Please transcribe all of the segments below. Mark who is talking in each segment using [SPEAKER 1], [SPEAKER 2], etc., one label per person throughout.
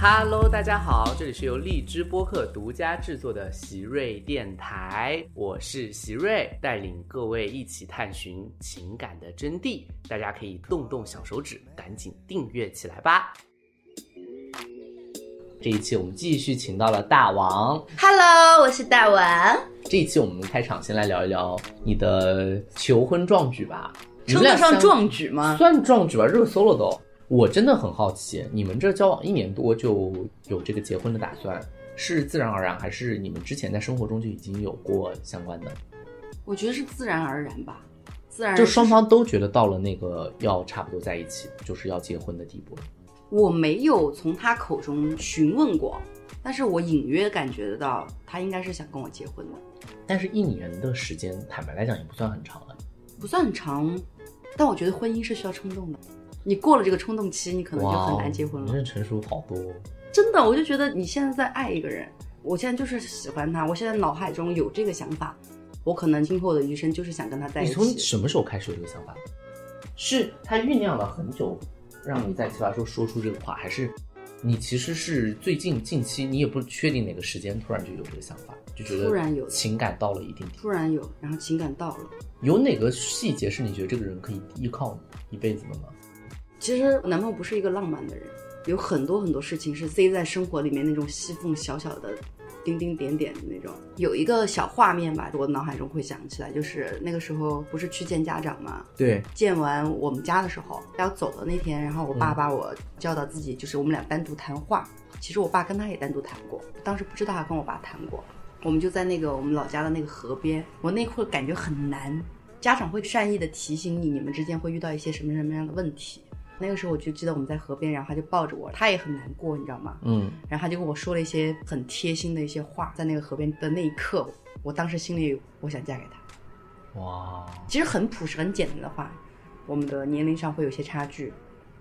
[SPEAKER 1] Hello，大家好，这里是由荔枝播客独家制作的席瑞电台，我是席瑞，带领各位一起探寻情感的真谛。大家可以动动小手指，赶紧订阅起来吧。这一期我们继续请到了大王。
[SPEAKER 2] Hello，我是大王。
[SPEAKER 1] 这一期我们开场先来聊一聊你的求婚壮举吧。你
[SPEAKER 2] 称
[SPEAKER 1] 们俩
[SPEAKER 2] 得上
[SPEAKER 1] 相
[SPEAKER 2] 壮举吗？
[SPEAKER 1] 算壮举吧，热搜了都。我真的很好奇，你们这交往一年多就有这个结婚的打算，是自然而然，还是你们之前在生活中就已经有过相关的？
[SPEAKER 2] 我觉得是自然而然吧，自然而然
[SPEAKER 1] 就双方都觉得到了那个要差不多在一起，就是要结婚的地步。
[SPEAKER 2] 我没有从他口中询问过，但是我隐约感觉得到他应该是想跟我结婚的，
[SPEAKER 1] 但是，一年的时间，坦白来讲也不算很长了。
[SPEAKER 2] 不算很长，但我觉得婚姻是需要冲动的。你过了这个冲动期，你可能就
[SPEAKER 1] 哇哦
[SPEAKER 2] 很难结婚
[SPEAKER 1] 你
[SPEAKER 2] 了。
[SPEAKER 1] 这成熟好多哦。
[SPEAKER 2] 真的，我就觉得你现在在爱一个人，我现在就是喜欢他，我现在脑海中有这个想法，我可能今后的余生就是想跟他在一
[SPEAKER 1] 你
[SPEAKER 2] 起。
[SPEAKER 1] 从什么时候开始有这个想法？是他酝酿了很久，让你在奇葩说说出这个话，还是你其实是最近近期你也不确定哪个时间突然就有这个想法，就觉得
[SPEAKER 2] 突然有
[SPEAKER 1] 情感到了一定地步，
[SPEAKER 2] 突然有，然后情感到了。
[SPEAKER 1] 有哪个细节是你觉得这个人可以依靠你一辈子的吗？
[SPEAKER 2] 其实我男朋友不是一个浪漫的人，有很多很多事情是塞在生活里面那种细缝小小的。丁丁点点的那种，有一个小画面吧，我脑海中会想起来，就是那个时候不是去见家长嘛，
[SPEAKER 1] 对，
[SPEAKER 2] 见完我们家的时候，要走的那天，然后我爸把我叫到自己，就是我们俩单独谈话。其实我爸跟他也单独谈过，当时不知道他跟我爸谈过。我们就在那个我们老家的那个河边，我那会儿感觉很难，家长会善意的提醒你，你们之间会遇到一些什么什么样的问题。那个时候我就记得我们在河边，然后他就抱着我，他也很难过，你知道吗？
[SPEAKER 1] 嗯，
[SPEAKER 2] 然后他就跟我说了一些很贴心的一些话，在那个河边的那一刻，我当时心里我想嫁给他。
[SPEAKER 1] 哇，
[SPEAKER 2] 其实很朴实、很简单的话，我们的年龄上会有些差距，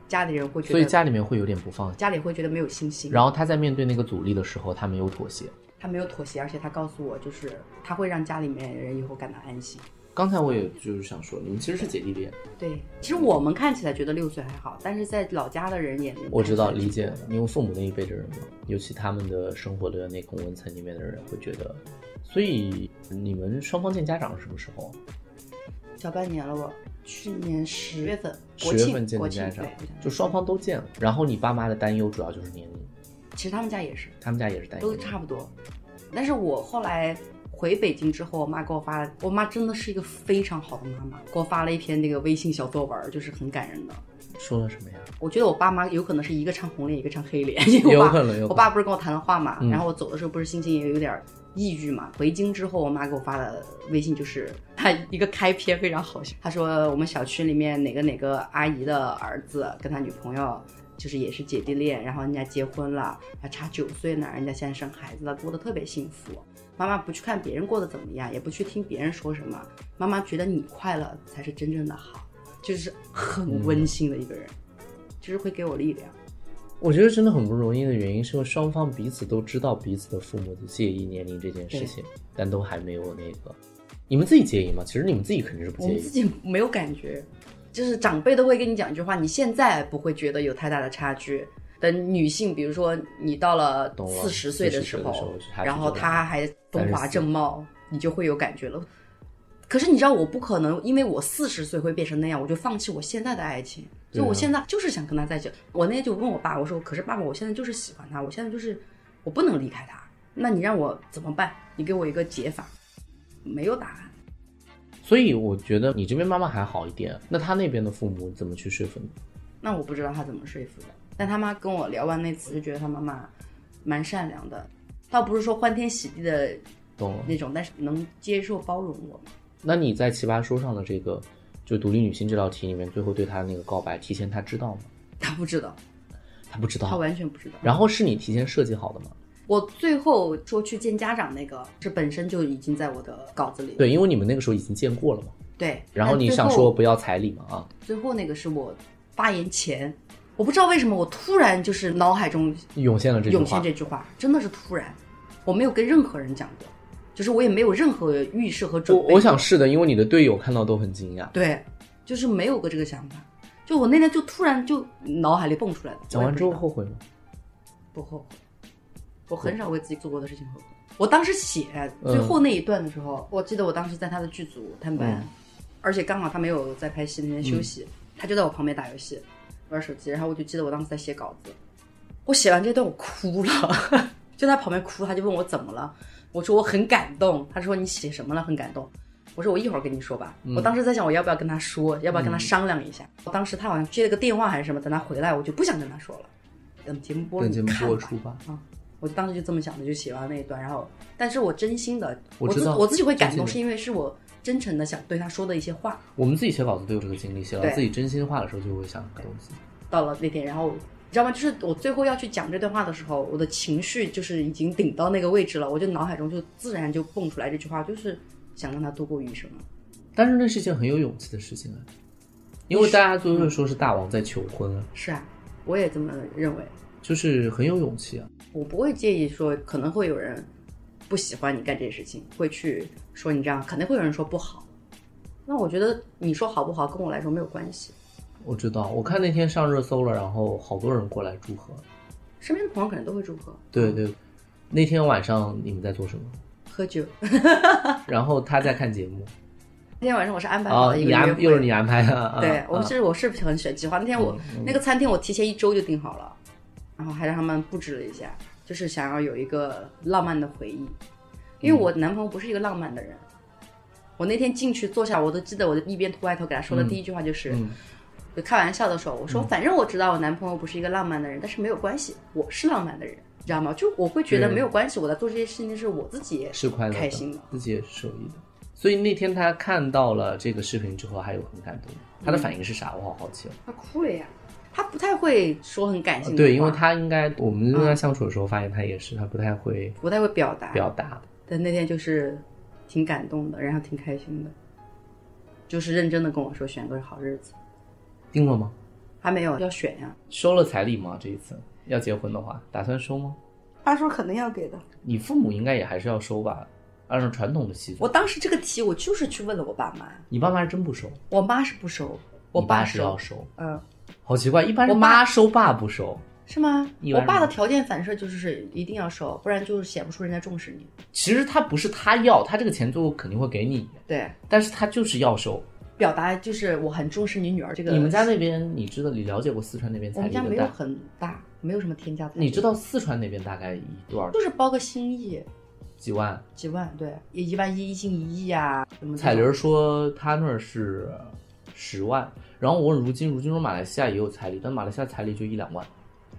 [SPEAKER 2] 家里人会觉
[SPEAKER 1] 所以
[SPEAKER 2] 得，
[SPEAKER 1] 家里面会有点不放心。
[SPEAKER 2] 家里会觉得没有信心，
[SPEAKER 1] 然后他在面对那个阻力的时候，他没有妥协。
[SPEAKER 2] 他没有妥协，而且他告诉我，就是他会让家里面人以后感到安心。
[SPEAKER 1] 刚才我也就是想说，你们其实是姐弟恋，
[SPEAKER 2] 对，其实我们看起来觉得六岁还好，但是在老家的人眼里，
[SPEAKER 1] 我知道，理解。因为父母那一辈的人嘛，尤其他们的生活的那个文层里面的人会觉得，所以你们双方见家长是什么时候？啊
[SPEAKER 2] 小半年了我，去年十月份，国
[SPEAKER 1] 十月
[SPEAKER 2] 庆，
[SPEAKER 1] 份见
[SPEAKER 2] 国
[SPEAKER 1] 的
[SPEAKER 2] 庆
[SPEAKER 1] 家长
[SPEAKER 2] 对，我想
[SPEAKER 1] 就双方都见了。然后你爸妈的担忧主要就是年龄，
[SPEAKER 2] 其实他们家也是，
[SPEAKER 1] 他们家也是担忧
[SPEAKER 2] 都。差不多。但是我后来回北京之后，我妈给我发了，我妈真的是一个非常好的妈妈，给我发了一篇那个微信小作文儿，就是很感人的。
[SPEAKER 1] 说了什么呀？
[SPEAKER 2] 我觉得我爸妈有可能是一个唱红脸，一个唱黑脸。因为
[SPEAKER 1] 有
[SPEAKER 2] 我
[SPEAKER 1] 可
[SPEAKER 2] 爸，
[SPEAKER 1] 能，有可能
[SPEAKER 2] 我爸不是跟我谈了话嘛，
[SPEAKER 1] 嗯
[SPEAKER 2] 然后我走的时候不是心情也有点抑郁嘛。回京之后，我妈给我发的微信就是她一个开篇非常好笑，她说我们小区里面哪个哪个阿姨的儿子跟他女朋友。就是也是姐弟恋，然后人家结婚了，还差九岁呢，人家现在生孩子了，过得特别幸福。妈妈不去看别人过得怎么样，也不去听别人说什么，妈妈觉得你快乐才是真正的好，就是
[SPEAKER 1] 嗯
[SPEAKER 2] 很温馨的一个人，就是会给我力量。
[SPEAKER 1] 我觉得真的很不容易的原因，是因为双方彼此都知道彼此的父母的介意年龄这件事情，但都还没有那个。你们自己介意吗？其实你们自己肯定是不
[SPEAKER 2] 我
[SPEAKER 1] 介
[SPEAKER 2] 们自
[SPEAKER 1] 意。
[SPEAKER 2] 己没有感觉，就是长辈都会跟你讲一句话，你现在不会觉得有太大的差距。等女性，比如说你到了
[SPEAKER 1] 懂了
[SPEAKER 2] 四十岁
[SPEAKER 1] 40岁
[SPEAKER 2] 时
[SPEAKER 1] 的时
[SPEAKER 2] 候
[SPEAKER 1] 候，差距
[SPEAKER 2] 然后
[SPEAKER 1] 就大
[SPEAKER 2] 她还风华正茂，你就会有感觉了。可是你知道，我不可能因为我四十岁会变成那样，我就放弃我现在的爱情。
[SPEAKER 1] 对啊
[SPEAKER 2] 就我现在就是想跟他在一起。我那天就问我爸，我说：“可是爸爸，我现在就是喜欢他，我现在就是我不能离开他。那你让我怎么办？你给我一个解法。”没有答案。
[SPEAKER 1] 所以我觉得你这边妈妈还好一点，那他那边的父母怎么去说服你？
[SPEAKER 2] 那我不知道他怎么说服的。但他妈跟我聊完那次，就觉得他妈妈蛮善良的，倒不是说欢天喜地的
[SPEAKER 1] 懂了。
[SPEAKER 2] 那种，但是能接受包容我。
[SPEAKER 1] 那你在奇葩说上的这个就独立女性这道题里面，最后对她的那个告白，提前她知道吗？
[SPEAKER 2] 他不知道，
[SPEAKER 1] 她不知
[SPEAKER 2] 他
[SPEAKER 1] 道。
[SPEAKER 2] 完全不知道。
[SPEAKER 1] 然后是你提前设计好的吗？
[SPEAKER 2] 我最后说去见家长那个，这本身就已经在我的稿子里了。
[SPEAKER 1] 对，因为你们那个时候已经见过了嘛。
[SPEAKER 2] 对，
[SPEAKER 1] 然后
[SPEAKER 2] 但
[SPEAKER 1] 你
[SPEAKER 2] 呃最
[SPEAKER 1] 想
[SPEAKER 2] 后
[SPEAKER 1] 说不要彩礼嘛啊？
[SPEAKER 2] 最后那个是我发言前，我不知道为什么我突然就是脑海中
[SPEAKER 1] 涌现了这句
[SPEAKER 2] 涌现
[SPEAKER 1] 话。
[SPEAKER 2] 这句话，真的是突然，我没有跟任何人讲过，就是我也没有任何预示和
[SPEAKER 1] 我
[SPEAKER 2] 准备。
[SPEAKER 1] 我想是的，因为你的队友看到都很惊讶。
[SPEAKER 2] 对，就是没有过这个想法。就我那天就突然就脑海里蹦出来的。
[SPEAKER 1] 讲完之后
[SPEAKER 2] 我也
[SPEAKER 1] 后悔吗？
[SPEAKER 2] 不不后悔，我很少为自己做过的事情后悔。我当时写
[SPEAKER 1] 嗯
[SPEAKER 2] 最后那一段的时候，我记得我当时在他的剧组探班，
[SPEAKER 1] 嗯
[SPEAKER 2] 而且刚好他没有在拍戏那天休息，他就在我旁边打游戏玩手机，然后我就记得我当时在写稿子，我写完这段我哭了，就在旁边哭，他就问我怎么了，我说我很感动，他说你写什么了很感动。我说我一会儿跟你说吧。
[SPEAKER 1] 嗯
[SPEAKER 2] 我当时在想，我要不要跟他说，要不要跟他商量一下。我当时他好像接了个电话还是什么，等他回来，我就不想跟他说了。等节目播，
[SPEAKER 1] 等节目
[SPEAKER 2] 你看
[SPEAKER 1] 播
[SPEAKER 2] 吧
[SPEAKER 1] 出吧。
[SPEAKER 2] 我当时就这么想的，就写完那一段，然后，但是我真心的，
[SPEAKER 1] 我
[SPEAKER 2] 我
[SPEAKER 1] 知道
[SPEAKER 2] 自我自己会感
[SPEAKER 1] 真心
[SPEAKER 2] 动，
[SPEAKER 1] 的
[SPEAKER 2] 是因为是我真诚的想对他说的一些话。
[SPEAKER 1] 我们自己写稿子都有这个经历，写到
[SPEAKER 2] 对
[SPEAKER 1] 自己真心话的时候就会想这个东西。
[SPEAKER 2] 到了那天，然后你知道吗？就是我最后要去讲这段话的时候，我的情绪就是已经顶到那个位置了，我就脑海中就自然就蹦出来这句话，就是想让他度过余生。
[SPEAKER 1] 但是那是一件很有勇气的事情啊，因为大家都会说是大王在求婚啊，
[SPEAKER 2] 是啊，我也这么认为。
[SPEAKER 1] 就是很有勇气啊。
[SPEAKER 2] 我不会介意说，可能会有人不喜欢你干这些事情，会去说你这样，肯定会有人说不好。那我觉得你说好不好跟我来说没有关系。
[SPEAKER 1] 我知道，我看那天上热搜了，然后好多人过来祝贺。
[SPEAKER 2] 身边的朋友可能都会祝贺，
[SPEAKER 1] 对对，那天晚上你们在做什么？
[SPEAKER 2] 喝酒。
[SPEAKER 1] 然后他在看节目，
[SPEAKER 2] 那天晚上我是啊安排好
[SPEAKER 1] 哦，
[SPEAKER 2] 的一
[SPEAKER 1] 你
[SPEAKER 2] 个约
[SPEAKER 1] 安
[SPEAKER 2] 会，
[SPEAKER 1] 又是你安排的，啊
[SPEAKER 2] 对
[SPEAKER 1] 啊，
[SPEAKER 2] 我是我是很喜欢计划。那天我、
[SPEAKER 1] 嗯
[SPEAKER 2] 那个餐厅我提前一周就订好了，然后还让他们布置了一下，就是想要有一个浪漫的回忆。因
[SPEAKER 1] 嗯
[SPEAKER 2] 为我男朋友不是一个浪漫的人，我那天进去坐下，我都记得我一边脱外头给他说的第一句话就是，
[SPEAKER 1] 嗯
[SPEAKER 2] 就开玩笑的说，我说反正我知道我男朋友不是一个浪漫的人，但是没有关系，我是浪漫的人，你知道吗？就我会觉得
[SPEAKER 1] 对
[SPEAKER 2] 没有关系，我在做这些事情是我自己
[SPEAKER 1] 是快乐的
[SPEAKER 2] 开心的。
[SPEAKER 1] 自己也是受益的。所以那天他看到了这个视频之后，还有很感动。他的
[SPEAKER 2] 嗯
[SPEAKER 1] 反应是啥？我好好奇哦。
[SPEAKER 2] 他哭了呀，他不太会说很感性的话，嗯
[SPEAKER 1] 对，因为他应该我们跟他相处的时候，发现他也是，他不太会
[SPEAKER 2] 不太会表达。
[SPEAKER 1] 表达。
[SPEAKER 2] 但那天就是挺感动的，然后挺开心的，就是认真的跟我说选个好日子，
[SPEAKER 1] 定了吗？
[SPEAKER 2] 还没有要选呀、
[SPEAKER 1] 收了彩礼吗？这一次要结婚的话，打算收吗？
[SPEAKER 3] 他说肯定要给的，
[SPEAKER 1] 你父母应该也还是要收吧，按照传统的习俗
[SPEAKER 2] 我。当时这个题我就是去问了我爸妈，
[SPEAKER 1] 你爸妈是真不收，
[SPEAKER 2] 我妈是不收，我
[SPEAKER 1] 你爸是要
[SPEAKER 2] 收，
[SPEAKER 1] 收，
[SPEAKER 2] 嗯，
[SPEAKER 1] 好奇怪，一般是
[SPEAKER 2] 我爸
[SPEAKER 1] 妈收爸不收，
[SPEAKER 2] 是吗？
[SPEAKER 1] 意外
[SPEAKER 2] 我
[SPEAKER 1] 是
[SPEAKER 2] 爸
[SPEAKER 1] 吗
[SPEAKER 2] 的条件反射就是一定要收，不然就是显不出人家重视你。
[SPEAKER 1] 其实他不是他要，他这个钱最后肯定会给你，
[SPEAKER 2] 对，
[SPEAKER 1] 但是他就是要收。
[SPEAKER 2] 表达就是我很重视你女儿这个。
[SPEAKER 1] 你们家那边你知道，你了解过四川那边彩
[SPEAKER 2] 我们
[SPEAKER 1] 礼
[SPEAKER 2] 家
[SPEAKER 1] 的
[SPEAKER 2] 没有
[SPEAKER 1] 大？
[SPEAKER 2] 很大，没有什么添加。
[SPEAKER 1] 你知道四川那边大概一多少
[SPEAKER 2] 就是包个心意，
[SPEAKER 1] 几万？
[SPEAKER 2] 几万，对，也一万一，一心一意啊，什么这种
[SPEAKER 1] 彩玲说她那儿是十万，然后我问如今，如今说马来西亚也有彩礼，但马来西亚彩礼就一两万，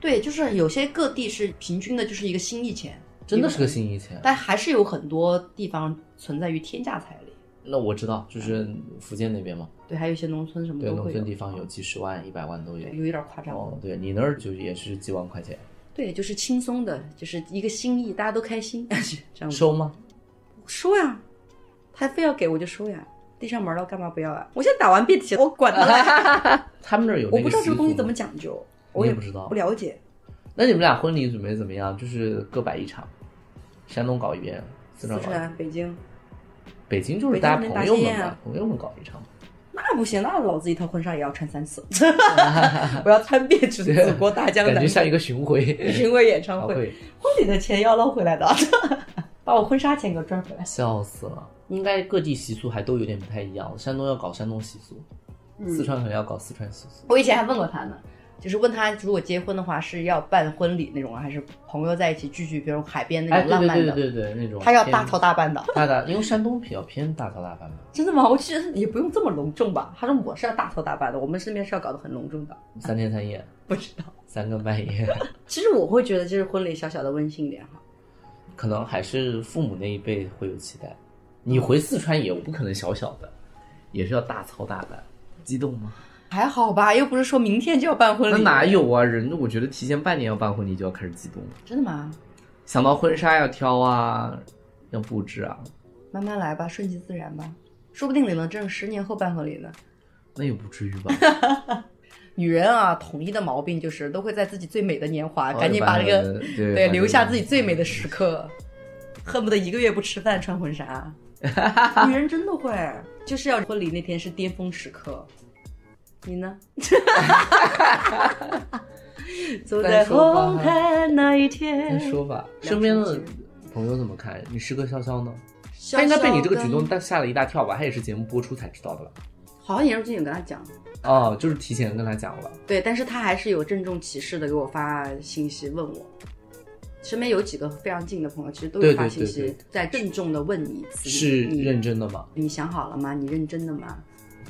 [SPEAKER 2] 对，就是有些各地是平均的，就是一个心意钱，
[SPEAKER 1] 真的是个心意钱。
[SPEAKER 2] 但还是有很多地方存在于天价彩礼。
[SPEAKER 1] 那我知道，就是福建那边嘛，
[SPEAKER 2] 对，还有一些农村什么
[SPEAKER 1] 对，
[SPEAKER 2] 都会
[SPEAKER 1] 农
[SPEAKER 2] 有，
[SPEAKER 1] 村地方有几十万、一百万都有
[SPEAKER 2] 对，。有一点夸张。
[SPEAKER 1] 哦，对你那儿就也是几万块钱，
[SPEAKER 2] 对，就是轻松的，就是一个心意，大家都开心， 这样子
[SPEAKER 1] 收吗？
[SPEAKER 2] 收呀，他非要给我就收呀，递上门了干嘛不要啊？我现在打完辩题了，我 管他
[SPEAKER 1] 哎
[SPEAKER 2] 了，
[SPEAKER 1] 他们那儿有那个
[SPEAKER 2] 我不知道这个东西
[SPEAKER 1] 习俗吗
[SPEAKER 2] 怎么，讲究，
[SPEAKER 1] 我
[SPEAKER 2] 我
[SPEAKER 1] 也不知道
[SPEAKER 3] 不。了解。
[SPEAKER 1] 那你们俩婚礼准备怎么样？就是各摆一场，山东搞一遍，四
[SPEAKER 2] 四
[SPEAKER 1] 川搞一遍。
[SPEAKER 2] 川、北京
[SPEAKER 1] 北京就是
[SPEAKER 2] 北京
[SPEAKER 1] 大家
[SPEAKER 2] 那边
[SPEAKER 1] 朋
[SPEAKER 2] 大
[SPEAKER 1] 友
[SPEAKER 2] 兴
[SPEAKER 1] 们
[SPEAKER 2] 啊
[SPEAKER 1] 嘛，朋友们搞一场。
[SPEAKER 2] 那不行，那老子一套婚纱也要穿 三次， 我要穿遍祖祖国大江
[SPEAKER 1] 感觉
[SPEAKER 2] 南北。
[SPEAKER 1] 像一个巡 回。
[SPEAKER 2] 巡回演唱
[SPEAKER 1] 好
[SPEAKER 2] 会，
[SPEAKER 1] 会
[SPEAKER 2] 婚礼的钱要捞回来的， 把我婚纱钱给我赚回来。
[SPEAKER 1] 笑死了。应该各地习俗还都有点不太一样，山东要搞山东习俗，
[SPEAKER 2] 嗯
[SPEAKER 1] 四川可能要搞四川习俗。
[SPEAKER 2] 我以前还问过他呢，就是问他如果结婚的话是要办婚礼那种啊，还是朋友在一起聚聚，比如海边那
[SPEAKER 1] 哎，
[SPEAKER 2] 种
[SPEAKER 1] 对
[SPEAKER 2] 浪
[SPEAKER 1] 对
[SPEAKER 2] 漫
[SPEAKER 1] 对
[SPEAKER 2] 的？
[SPEAKER 1] 对对对，那种
[SPEAKER 2] 他要
[SPEAKER 1] 偏
[SPEAKER 2] 大操大办的，
[SPEAKER 1] 大大，因为山东比较偏大操大办嘛。
[SPEAKER 2] 真的吗？我觉得也不用这么隆重吧。他说我是要大操大办的，我们身边是要搞得很隆重的。
[SPEAKER 1] 三天三夜，
[SPEAKER 2] 不知道，
[SPEAKER 1] 三更半夜，
[SPEAKER 2] 其实我会觉得就是婚礼小小的温馨一点哈。
[SPEAKER 1] 可能还是父母那一辈会有期待。你回四川也不可能小小的，也是要大操大办。激动吗？
[SPEAKER 2] 还好吧，又不是说明天就要办婚
[SPEAKER 1] 那
[SPEAKER 2] 礼，
[SPEAKER 1] 哪？有啊？人我觉得提前半年要办婚礼就要开始激动了。
[SPEAKER 2] 真的吗？
[SPEAKER 1] 想到婚纱要挑啊，要布置啊，
[SPEAKER 2] 慢慢来吧，顺其自然吧，说不定领了证十年后办婚礼呢。
[SPEAKER 1] 那也不至于吧？
[SPEAKER 2] 女人啊，统一的毛病就是都会在自己最美的年华，啊赶紧把这
[SPEAKER 1] 哦
[SPEAKER 2] 个
[SPEAKER 1] 对
[SPEAKER 2] 对
[SPEAKER 1] 反正
[SPEAKER 2] 留下自己最美的时刻，恨不得一个月不吃饭穿 婚纱。女人真的会，就是要婚礼那天 是巅峰时刻。你呢？走在红毯那一
[SPEAKER 1] 那
[SPEAKER 2] 天。
[SPEAKER 1] 说法，
[SPEAKER 2] 嗯两
[SPEAKER 1] 身边
[SPEAKER 2] 重
[SPEAKER 1] 的
[SPEAKER 2] 情
[SPEAKER 1] 朋友怎么看？你师哥潇潇呢？
[SPEAKER 2] 潇
[SPEAKER 1] 他应该被你
[SPEAKER 2] 潇
[SPEAKER 1] 这个举
[SPEAKER 2] 跟
[SPEAKER 1] 动，大吓了一大跳吧？他也是节目播出才知道的吧？
[SPEAKER 2] 好像也是最近有跟他讲，
[SPEAKER 1] 哦，就是提前跟他讲了。
[SPEAKER 2] 对，但是他还是有郑重其事的给我发信息问我。身边有几个非常近的朋友，其实都
[SPEAKER 1] 对
[SPEAKER 2] 有
[SPEAKER 1] 对
[SPEAKER 2] 发信
[SPEAKER 1] 对
[SPEAKER 2] 息
[SPEAKER 1] 对，
[SPEAKER 2] 在郑重的问你一次，
[SPEAKER 1] 是
[SPEAKER 2] 你
[SPEAKER 1] 认真的吗？
[SPEAKER 2] 你想好了吗？你认真的吗？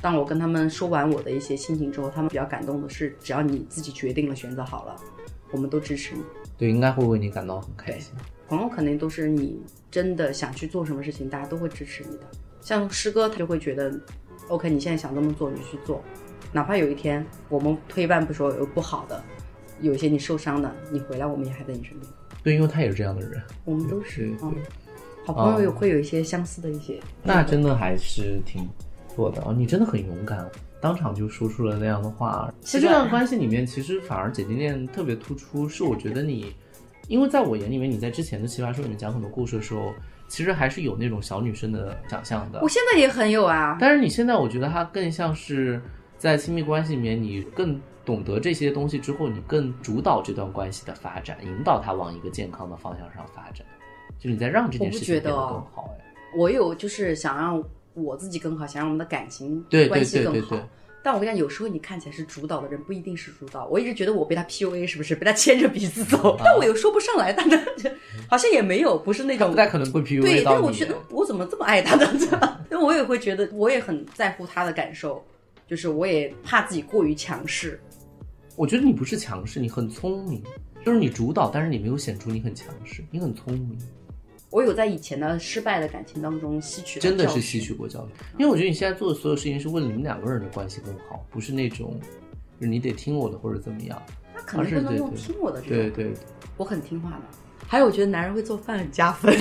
[SPEAKER 2] 当我跟他们说完我的一些心情之后，他们比较感动的是，只要你自己决定了、选择好了，我们都支持你。
[SPEAKER 1] 对，应该会为你感到很开心。
[SPEAKER 2] 朋友肯定都是你真的想去做什么事情，大家都会支持你的。像师哥，他就会觉得，OK，你现在想这么做，你就去做，哪怕有一天我们退一万步说有不好的，有一些你受伤的，你回来我们也还在你身边，
[SPEAKER 1] 对，因为他也是这样的人。
[SPEAKER 2] 我们都是啊
[SPEAKER 1] 对
[SPEAKER 2] 嗯
[SPEAKER 1] 对，
[SPEAKER 2] 好朋友
[SPEAKER 1] 哦
[SPEAKER 2] 有会有一些相似的一些，
[SPEAKER 1] 那真的还是挺不错的哦，你真的很勇敢，当场就说出了那样的话。在
[SPEAKER 2] 是
[SPEAKER 1] 这
[SPEAKER 2] 的
[SPEAKER 1] 段关系里面，其实反而姐弟恋特别突出，是我觉得你，因为在我眼里面，你在之前的《奇葩说》里面讲很多故事的时候，其实还是有那种小女生的想象的
[SPEAKER 2] 我。现在也很有啊，
[SPEAKER 1] 但是你现在，我觉得它更像是在亲密关系里面，你更懂得这些东西之后，你更主导这段关系的发展，引导它往一个健康的方向上发展，就是你在让这件
[SPEAKER 2] 我不
[SPEAKER 1] 事情
[SPEAKER 2] 觉
[SPEAKER 1] 变
[SPEAKER 2] 得
[SPEAKER 1] 得更
[SPEAKER 2] 哦
[SPEAKER 1] 好。哎，
[SPEAKER 2] 我有就是想让我自己更好，想让我们的感情
[SPEAKER 1] 对对
[SPEAKER 2] 关系
[SPEAKER 1] 对
[SPEAKER 2] 更
[SPEAKER 1] 对
[SPEAKER 2] 好。
[SPEAKER 1] 对。
[SPEAKER 2] 但我跟你讲，有时候你看起来是主导的人，不一定是主导。我一直觉得我被他 PUA，是不是被他牵着鼻子走？
[SPEAKER 1] 啊
[SPEAKER 2] 但我又说不上来， 但他好像也没有，不是那
[SPEAKER 1] 他
[SPEAKER 2] 种
[SPEAKER 1] 不太可能会 PUA
[SPEAKER 2] 对。
[SPEAKER 1] 到
[SPEAKER 2] 但
[SPEAKER 1] 你。
[SPEAKER 2] 是
[SPEAKER 1] 啊
[SPEAKER 2] 我觉得我怎么这么爱他呢？ 因为我也会觉得，我也很在乎他的感受，就是我也怕自己过于强势。
[SPEAKER 1] 我觉得你不是强势，你很聪明，就是你主导，但是你没有显出你很强势，你很聪明，
[SPEAKER 2] 我有在以前的失败的感情当中吸取，
[SPEAKER 1] 真的是吸。取过教训。因为我觉得你现在做的所有事情是为了你们两个人的关系更好，不是那种就是你得听我的或者怎么样。
[SPEAKER 2] 那肯定不能用听我的这
[SPEAKER 1] 啊对
[SPEAKER 2] 种，
[SPEAKER 1] 对对，
[SPEAKER 2] 我很听话的。还有，我觉得男人会做饭很加分，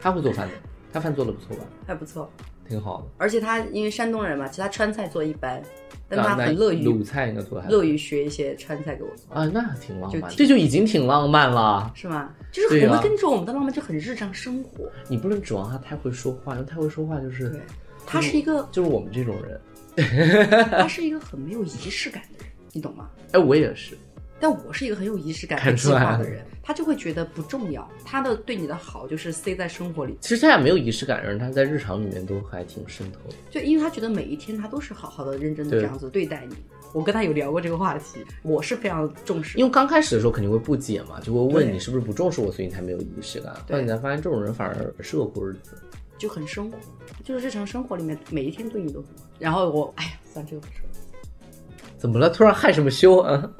[SPEAKER 1] 他会做饭的，他饭做的不错吧，
[SPEAKER 2] 还不错。
[SPEAKER 1] 挺好的。
[SPEAKER 2] 而且他因为山东人嘛，其实他川菜做一般，但
[SPEAKER 1] 啊那
[SPEAKER 2] 他很乐于
[SPEAKER 1] 那鲁菜应该做的还
[SPEAKER 2] 乐于学一些川菜给我做，
[SPEAKER 1] 啊，那挺浪漫的，
[SPEAKER 2] 就
[SPEAKER 1] 这就已经挺浪漫了。
[SPEAKER 2] 是吗？就是
[SPEAKER 1] 对啊
[SPEAKER 2] 我们跟着我们的浪漫就很日常生活。
[SPEAKER 1] 你不能指望他太会说话，因为太会说话就是
[SPEAKER 2] 对，他是一个，
[SPEAKER 1] 就是我们这种人。嗯
[SPEAKER 2] 他是一个很没有仪式感的人，你懂吗？
[SPEAKER 1] 哎，我也是，
[SPEAKER 2] 但我是一个很有仪式感、
[SPEAKER 1] 看
[SPEAKER 2] 很
[SPEAKER 1] 出
[SPEAKER 2] 计
[SPEAKER 1] 来
[SPEAKER 2] 划的人，他就会觉得不重要。他的对你的好就是塞在生活里，
[SPEAKER 1] 其实他俩没有仪式感，人他在日常里面都还挺渗透的。
[SPEAKER 2] 就因为他觉得每一天他都是好好的、认真的
[SPEAKER 1] 对
[SPEAKER 2] 这样子对待你。我跟他有聊过这个话题，我是非常重视，
[SPEAKER 1] 因为刚开始的时候肯定会不解嘛，就会问
[SPEAKER 2] 对
[SPEAKER 1] 你是不是不重视我，所以你才没有仪式感。后
[SPEAKER 2] 对
[SPEAKER 1] 来你才发现这种人反而适合过日子。
[SPEAKER 2] 就很生活，就是日常生活里面每一天对你都很好。然后我，哎呀，算了，这个不说了。
[SPEAKER 1] 怎么了？突然害什么羞啊？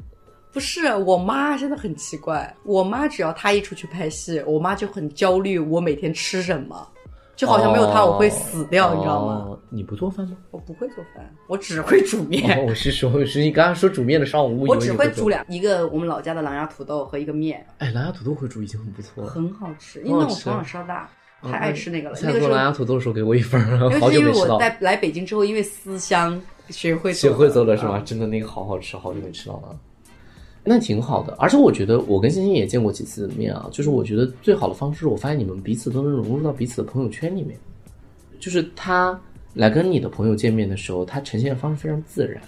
[SPEAKER 2] 不是，我妈真的很奇怪。我妈只要她一出去拍戏，我妈就很焦虑，我每天吃什么，就好像没有她我会死掉，
[SPEAKER 1] 哦
[SPEAKER 2] 你知道吗？
[SPEAKER 1] 哦你不做饭吗？
[SPEAKER 2] 我不会做饭，我只会煮面，
[SPEAKER 1] 哦，我是说，我是你刚刚说煮面的商务，
[SPEAKER 2] 我
[SPEAKER 1] 以为
[SPEAKER 2] 只
[SPEAKER 1] 你
[SPEAKER 2] 会
[SPEAKER 1] 做
[SPEAKER 2] 煮。两一个我们老家的狼牙土豆和一个面，
[SPEAKER 1] 哎，狼牙土豆会煮已经很不错了。
[SPEAKER 2] 很好吃，因
[SPEAKER 1] 好
[SPEAKER 2] 为
[SPEAKER 1] 吃
[SPEAKER 2] 我从小吃到大，
[SPEAKER 1] 哦嗯
[SPEAKER 2] 太爱吃那个了。
[SPEAKER 1] 下次
[SPEAKER 2] 那个
[SPEAKER 1] 做
[SPEAKER 2] 时
[SPEAKER 1] 狼
[SPEAKER 2] 候，
[SPEAKER 1] 牙土豆的时候给我一份儿，
[SPEAKER 2] 因
[SPEAKER 1] 好
[SPEAKER 2] 为
[SPEAKER 1] 久
[SPEAKER 2] 是因
[SPEAKER 1] 没
[SPEAKER 2] 为
[SPEAKER 1] 吃
[SPEAKER 2] 我
[SPEAKER 1] 到。
[SPEAKER 2] 在来北京之后，因为思乡学会
[SPEAKER 1] 学会做了是吗？
[SPEAKER 2] 吧？
[SPEAKER 1] 真的那个好好吃，好久没吃到了。那挺好的，而且我觉得我跟星星也见过几次面啊，就是我觉得最好的方式，我发现你们彼此都能融入到彼此的朋友圈里面，就是他来跟你的朋友见面的时候，他呈现的方式非常自然，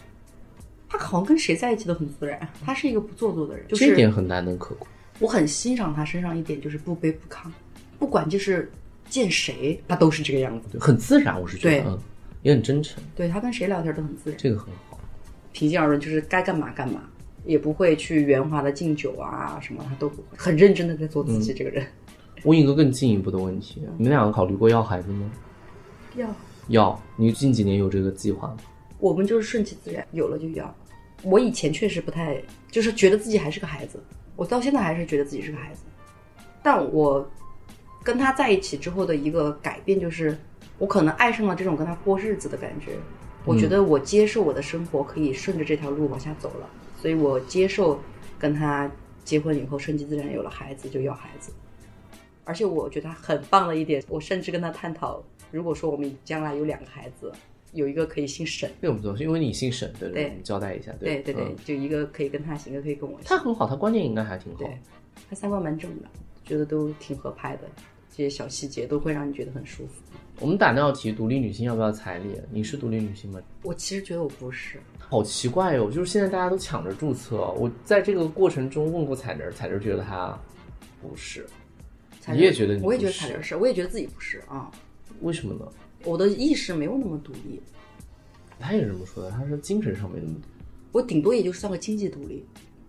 [SPEAKER 2] 他好像跟谁在一起都很自然，他是一个不做作的人，就是
[SPEAKER 1] 这一点很难能可贵。
[SPEAKER 2] 我很欣赏他身上一点就是不卑不亢，不管就是见谁，他都是这个样子。
[SPEAKER 1] 对很自然，我是觉得，
[SPEAKER 2] 对
[SPEAKER 1] 嗯，也很真诚，
[SPEAKER 2] 对他跟谁聊天都很自然，
[SPEAKER 1] 这个很好。
[SPEAKER 2] 平心而论，就是该干嘛干嘛，也不会去圆滑的敬酒啊什么，他都不会，很认真的在做自
[SPEAKER 1] 嗯
[SPEAKER 2] 己。这个人、
[SPEAKER 1] 问一个更进一步的问题，啊你们两个考虑过要孩子吗？
[SPEAKER 2] 要，
[SPEAKER 1] 要，你近几年有这个计划吗？
[SPEAKER 2] 我们就是顺其自然，有了就要。我以前确实不太，就是觉得自己还是个孩子，我到现在还是觉得自己是个孩子。但我跟他在一起之后的一个改变就是，我可能爱上了这种跟他过日子的感觉。我觉得我接受我的生活可以顺着这条路往下走了，所以我接受跟他结婚以后顺其自然有了孩子就要孩子。而且我觉得他很棒的一点，我甚至跟他探讨，如果说我们将来有两个孩子，有一个可以姓沈，
[SPEAKER 1] 那个不错，因为你姓沈，对不对？
[SPEAKER 2] 对
[SPEAKER 1] 我们交代一下，
[SPEAKER 2] 对对
[SPEAKER 1] 对
[SPEAKER 2] 对，
[SPEAKER 1] 嗯
[SPEAKER 2] 就一个可以跟他行，一个可以跟我行。
[SPEAKER 1] 他很好，他观念应该还挺好。
[SPEAKER 2] 对，他三观蛮正的，觉得都挺合拍的。这些小细节都会让你觉得很舒服。
[SPEAKER 1] 我们打那道题，独立女性要不要彩礼？你是独立女性吗？
[SPEAKER 2] 我其实觉得我不是，
[SPEAKER 1] 好奇怪哟、就是现在大家都抢着注册。我在这个过程中问过彩玲儿，彩玲儿觉得她不是，
[SPEAKER 2] 彩
[SPEAKER 1] 你
[SPEAKER 2] 铃
[SPEAKER 1] 也觉得你
[SPEAKER 2] 我也
[SPEAKER 1] 不
[SPEAKER 2] 觉得
[SPEAKER 1] 是
[SPEAKER 2] 彩铃是，我也觉得自己不是啊、
[SPEAKER 1] 为什么呢？
[SPEAKER 2] 我的意识没有那么独立，
[SPEAKER 1] 她也是这么说的，她说精神上没那么独立，
[SPEAKER 2] 我顶多也就算个经济独立，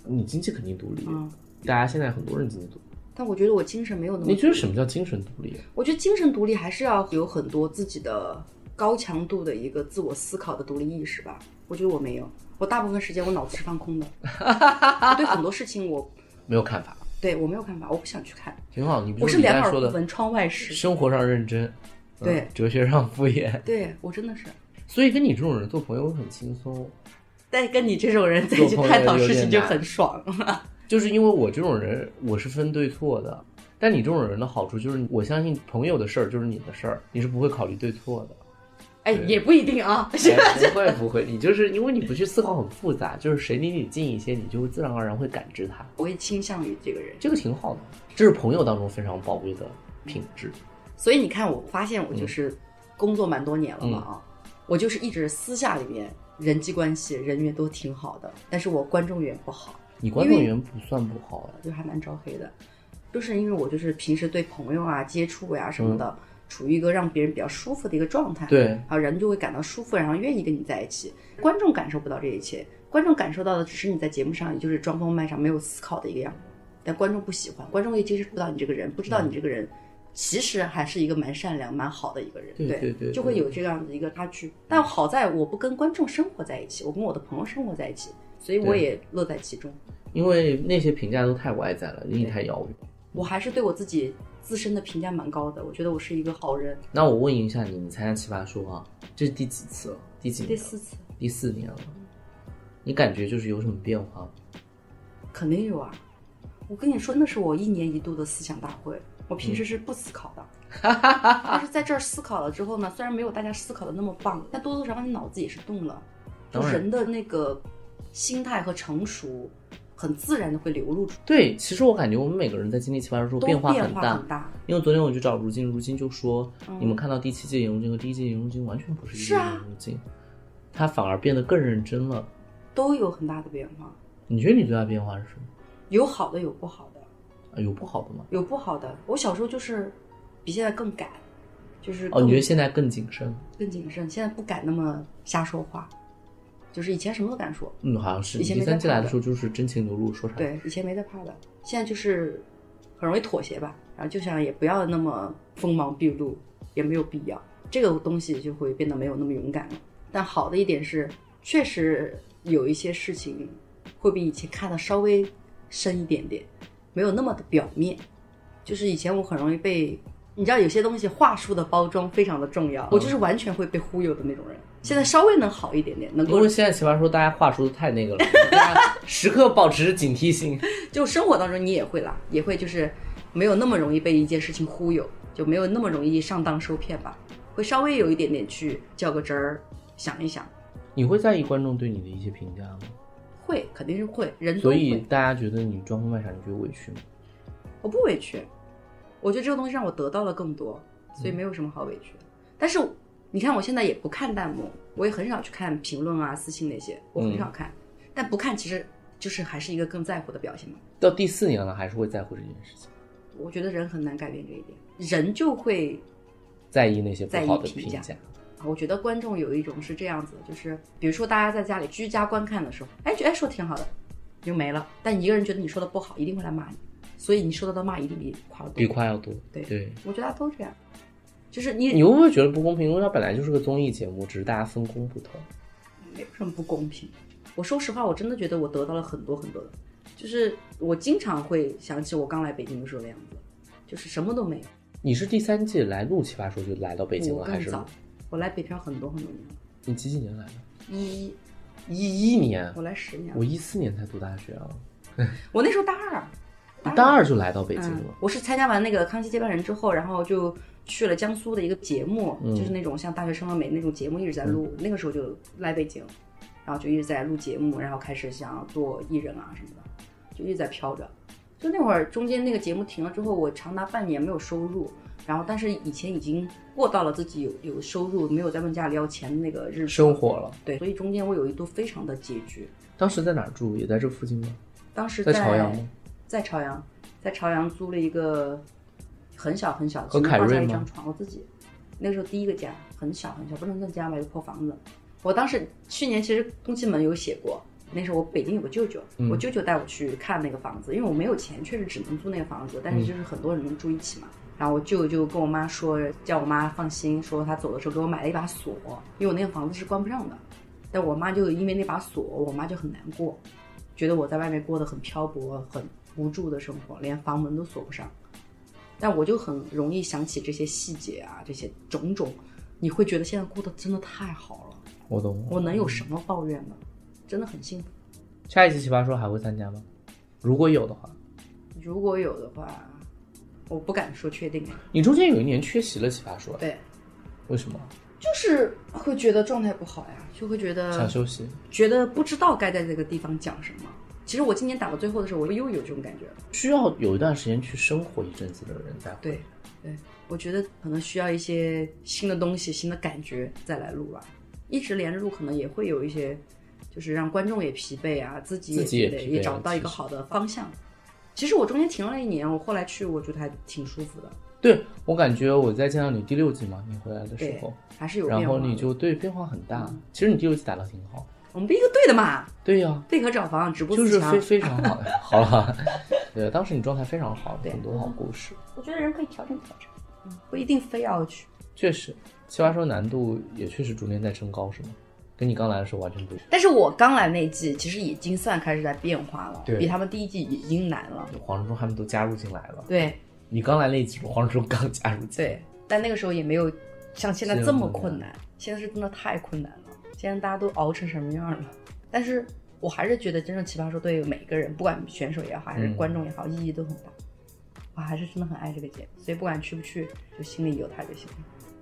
[SPEAKER 1] 你经济肯定独立，
[SPEAKER 2] 嗯
[SPEAKER 1] 大家现在很多人经济独立。
[SPEAKER 2] 但我觉得我精神没有那么。
[SPEAKER 1] 你觉得什么叫精神独立？
[SPEAKER 2] 我觉得精神独立还是要有很多自己的高强度的一个自我思考的独立意识吧。我觉得我没有，我大部分时间我脑子是放空的，我对很多事情我
[SPEAKER 1] 没有看法，
[SPEAKER 2] 对我没有看法，我不想去看。
[SPEAKER 1] 挺好。你比
[SPEAKER 2] 我
[SPEAKER 1] 如
[SPEAKER 2] 是
[SPEAKER 1] 李
[SPEAKER 2] 两
[SPEAKER 1] 诞
[SPEAKER 2] 耳
[SPEAKER 1] 说
[SPEAKER 2] 不
[SPEAKER 1] 的，
[SPEAKER 2] 闻窗外事，
[SPEAKER 1] 生活上认真，嗯
[SPEAKER 2] 对
[SPEAKER 1] 哲学上敷衍，
[SPEAKER 2] 对我真的是。
[SPEAKER 1] 所以跟你这种人做朋友会很轻松。
[SPEAKER 2] 但跟你这种人在一起
[SPEAKER 1] 做朋友
[SPEAKER 2] 探讨事
[SPEAKER 1] 有
[SPEAKER 2] 情
[SPEAKER 1] 点
[SPEAKER 2] 就
[SPEAKER 1] 难
[SPEAKER 2] 很爽。
[SPEAKER 1] 就是因为我这种人，我是分对错的。但你这种人的好处就是，我相信朋友的事儿就是你的事儿，你是不会考虑对错的。
[SPEAKER 2] 哎，也不一定啊。
[SPEAKER 1] 哎不会不会，你就是因为你不去思考很复杂，就是谁离你近一些，你就会自然而然会感知他，
[SPEAKER 2] 我也倾向于这个人，
[SPEAKER 1] 这个挺好的，这是朋友当中非常宝贵的品质。
[SPEAKER 2] 所以你看，我发现我
[SPEAKER 1] 嗯
[SPEAKER 2] 就是工作蛮多年了嘛啊，我就是一直私下里面人际关系人缘都挺好的，但是我观众缘不好，
[SPEAKER 1] 你观众缘不算不好哎，
[SPEAKER 2] 就还蛮招黑的。就是因为我就是平时对朋友啊接触呀、什么的，
[SPEAKER 1] 嗯
[SPEAKER 2] 处于一个让别人比较舒服的一个状态，
[SPEAKER 1] 对
[SPEAKER 2] 然后人就会感到舒服，然后愿意跟你在一起。观众感受不到这一切，观众感受到的只是你在节目上，也就是装疯卖傻、没有思考的一个样子。但观众不喜欢，观众也接触不到你这个人，不知道你这个人其实还是一个蛮善良、蛮好的一个人，
[SPEAKER 1] 对对对
[SPEAKER 2] 就会有这样的一个差距。但好在我不跟观众生活在一起，我跟我的朋友生活在一起，所以我
[SPEAKER 1] 对
[SPEAKER 2] 也乐在其中。
[SPEAKER 1] 因为那些评价都太外在了，离你太遥远。
[SPEAKER 2] 我还是对我自己自身的评价蛮高的，我觉得我是一个好人。
[SPEAKER 1] 那我问一下你，你参加奇葩说啊，这是第几次了？第几
[SPEAKER 2] 第
[SPEAKER 1] 年了？
[SPEAKER 2] 四次
[SPEAKER 1] 第四年了。你感觉就是有什么变化吗？
[SPEAKER 2] 肯定有啊，我跟你说，那是我一年一度的思想大会，我平
[SPEAKER 1] 嗯
[SPEAKER 2] 时是不思考 的，但是在这儿思考了之后呢，虽然没有大家思考的那么棒，但多多少少你脑子也是动了，就
[SPEAKER 1] 当然
[SPEAKER 2] 人的那个心态和成熟，很自然的会流露出，
[SPEAKER 1] 对，其实我感觉我们每个人在经历奇葩说之后
[SPEAKER 2] 都
[SPEAKER 1] 变化
[SPEAKER 2] 很
[SPEAKER 1] 很大，
[SPEAKER 2] 大
[SPEAKER 1] 因为昨天我去找如今，如今就说、
[SPEAKER 2] 嗯
[SPEAKER 1] 你们看到第七届颜如晶和第一届颜如晶完全不是一
[SPEAKER 2] 是
[SPEAKER 1] 个
[SPEAKER 2] 啊
[SPEAKER 1] 颜如晶，她反而变得更认真了。
[SPEAKER 2] 都有很大的变化，
[SPEAKER 1] 你觉得你最大变化是什么？
[SPEAKER 2] 有好的有不好的。
[SPEAKER 1] 啊有不好的吗？
[SPEAKER 2] 有不好的。我小时候就是比现在更敢，就是
[SPEAKER 1] 哦，
[SPEAKER 2] 更、
[SPEAKER 1] 你觉得现在更谨慎？
[SPEAKER 2] 更谨慎，现在不敢那么瞎说话，就是以前什么都敢说，
[SPEAKER 1] 嗯，好像是。
[SPEAKER 2] 以前
[SPEAKER 1] 第
[SPEAKER 2] 没在
[SPEAKER 1] 三季
[SPEAKER 2] 怕
[SPEAKER 1] 来
[SPEAKER 2] 的
[SPEAKER 1] 的时候就是真情流露，说啥？，
[SPEAKER 2] 对，以前没在怕的，现在就是很容易妥协吧，然后就想也不要那么锋芒毕露，也没有必要，这个东西就会变得没有那么勇敢了。但好的一点是，确实有一些事情会比以前看的稍微深一点点，没有那么的表面。就是以前我很容易被，你知道有些东西话术的包装非常的重要，我就是完全会被忽悠的那种人。现在稍微能好一点点，能
[SPEAKER 1] 因
[SPEAKER 2] 够
[SPEAKER 1] 为现在奇葩说大家话说的太那个了，大家时刻保持警惕性。
[SPEAKER 2] 就生活当中你也会啦，也会就是没有那么容易被一件事情忽悠，就没有那么容易上当受骗吧，会稍微有一点点去较个真儿，想一想，
[SPEAKER 1] 你会在意观众对你的一些评价吗？
[SPEAKER 2] 会肯定是会，人都
[SPEAKER 1] 所以
[SPEAKER 2] 会，
[SPEAKER 1] 大家觉得你装疯卖傻，你觉得委屈吗？
[SPEAKER 2] 我不委屈，我觉得这个东西让我得到了更多，所以没有什么好委屈的。但是你看我现在也不看弹幕，我也很少去看评论啊、私信那些，我很少看，但不看其实就是还是一个更在乎的表现嘛。
[SPEAKER 1] 到第四年了，还是会在乎这件事情，
[SPEAKER 2] 我觉得人很难改变这一点，人就会
[SPEAKER 1] 在意那些不
[SPEAKER 2] 在意
[SPEAKER 1] 好的
[SPEAKER 2] 评价
[SPEAKER 1] 价。
[SPEAKER 2] 我觉得观众有一种是这样子，就是比如说大家在家里居家观看的时候，哎，觉得哎说得挺好的，就没了。但一个人觉得你说的不好，一定会来骂你，所以你受到的骂一定比夸的
[SPEAKER 1] 比
[SPEAKER 2] 多。
[SPEAKER 1] 夸要多。
[SPEAKER 2] 对
[SPEAKER 1] 对，
[SPEAKER 2] 我觉得大家都这样，就是你
[SPEAKER 1] 你会不会觉得不公平？因为它本来就是个综艺节目，只是大家分工不同。
[SPEAKER 2] 没有什么不公平。我说实话，我真的觉得我得到了很多很多的，就是我经常会想起我刚来北京的时候的样子，就是什么都没有。
[SPEAKER 1] 你是第三季来录《奇葩说》就来到北京
[SPEAKER 2] 我
[SPEAKER 1] 了，还
[SPEAKER 2] 更
[SPEAKER 1] 是
[SPEAKER 2] 早，我来北漂很多很多年了，
[SPEAKER 1] 你几几年来的？
[SPEAKER 2] 一
[SPEAKER 1] 嗯
[SPEAKER 2] 一
[SPEAKER 1] 一一年，
[SPEAKER 2] 我来十年了
[SPEAKER 1] 我，一四年才读大学啊，
[SPEAKER 2] 我那时候大二。啊
[SPEAKER 1] 大二就来到北京
[SPEAKER 2] 嗯
[SPEAKER 1] 了。，
[SPEAKER 2] 我是参加完那个《康熙接班人》之后，然后就去了江苏的一个节目，
[SPEAKER 1] 嗯
[SPEAKER 2] 就是那种像《大学生活美》那种节目，一直在录。那个时候就来北京，然后就一直在录节目，然后开始想做艺人啊什么的，就一直在飘着。就那会儿中间那个节目停了之后，我长达半年没有收入，然后但是以前已经过到了自己有有收入，没有再问家里要钱的那个日子，
[SPEAKER 1] 生活了。
[SPEAKER 2] 对，所以中间我有一度非常的拮据。
[SPEAKER 1] 当时在哪儿住？也在这附近吗？
[SPEAKER 2] 当时
[SPEAKER 1] 在朝阳吗？
[SPEAKER 2] 在朝阳，在朝阳租了一个很小很小，
[SPEAKER 1] 和
[SPEAKER 2] 只能
[SPEAKER 1] 凯
[SPEAKER 2] 放
[SPEAKER 1] 瑞
[SPEAKER 2] 下一
[SPEAKER 1] 吗
[SPEAKER 2] 张床，我自己。那个时候第一个家很小很小，不能算家吧，就破房子。我当时去年其实东西门有写过，那时候我北京有个舅舅，
[SPEAKER 1] 嗯
[SPEAKER 2] 我舅舅带我去看那个房子，因为我没有钱，确实只能租那个房子，
[SPEAKER 1] 嗯
[SPEAKER 2] 但是就是很多人能住一起嘛。然后我舅舅就跟我妈说，叫我妈放心，说他走的时候给我买了一把锁，因为我那个房子是关不上的。但我妈就因为那把锁，我妈就很难过，觉得我在外面过得很漂泊、很无助的生活，连房门都锁不上。但我就很容易想起这些细节啊，这些种种，你会觉得现在过得真的太好了，
[SPEAKER 1] 我懂。
[SPEAKER 2] 我能有什么抱怨呢？真的很幸福。
[SPEAKER 1] 下一期奇葩说还会参加吗？如果有的话，
[SPEAKER 2] 如果有的话，我不敢说确定。
[SPEAKER 1] 你中间有一年缺席了奇葩说，
[SPEAKER 2] 对，
[SPEAKER 1] 为什么？
[SPEAKER 2] 就是会觉得状态不好呀，就会觉
[SPEAKER 1] 想
[SPEAKER 2] 得
[SPEAKER 1] 休息。
[SPEAKER 2] 觉得不知道该在这个地方讲什么。其实我今年打到最后的时候，我又有这种感觉了。
[SPEAKER 1] 需要有一段时间去生活一阵子的人才会。
[SPEAKER 2] 对，对，我觉得可能需要一些新的东西、新的感觉再来录吧。一直连着录，可能也会有一些，就是让观众也疲惫啊，自己也
[SPEAKER 1] 自己也
[SPEAKER 2] 疲惫
[SPEAKER 1] 疲惫
[SPEAKER 2] 也
[SPEAKER 1] 啊
[SPEAKER 2] 找不到一
[SPEAKER 1] 其
[SPEAKER 2] 个
[SPEAKER 1] 实
[SPEAKER 2] 好的方向。其实我中间停了一年，我后来去，我觉得还挺舒服的，
[SPEAKER 1] 对我感觉我在见到你第六季嘛，你回来的时候，
[SPEAKER 2] 还是有变
[SPEAKER 1] 然
[SPEAKER 2] 化
[SPEAKER 1] 后
[SPEAKER 2] 的。
[SPEAKER 1] 你就对变化嗯很大。其实你第六季打得挺好，
[SPEAKER 2] 我们不一个队的嘛，
[SPEAKER 1] 对呀、
[SPEAKER 2] 贝壳找房，直播
[SPEAKER 1] 就
[SPEAKER 2] 四
[SPEAKER 1] 是
[SPEAKER 2] 强
[SPEAKER 1] 非非常好， 好了，对，当时你状态非常好，
[SPEAKER 2] 对
[SPEAKER 1] 很多好故事，
[SPEAKER 2] 我觉得人可以调整调整，不一定非要去。
[SPEAKER 1] 确实，奇葩说难度也确实逐年在升高，是吗？跟你刚来的时候完全不一样，
[SPEAKER 2] 但是我刚来那季，其实已经算开始在变化了，
[SPEAKER 1] 对
[SPEAKER 2] 比他们第一季已经难了。
[SPEAKER 1] 黄志忠他们都加入进来了。
[SPEAKER 2] 对，
[SPEAKER 1] 你刚来那一集，黄志忠刚加入进来，
[SPEAKER 2] 对，但那个时候也没有像现在这么困难，现在是真的太困难了。现在大家都熬成什么样了？但是我还是觉得，真正奇葩说对每个人，不管选手也好，还是
[SPEAKER 1] 嗯
[SPEAKER 2] 观众也好，意义都很大。我还是真的很爱这个节目，所以不管去不去，就心里有他就行了。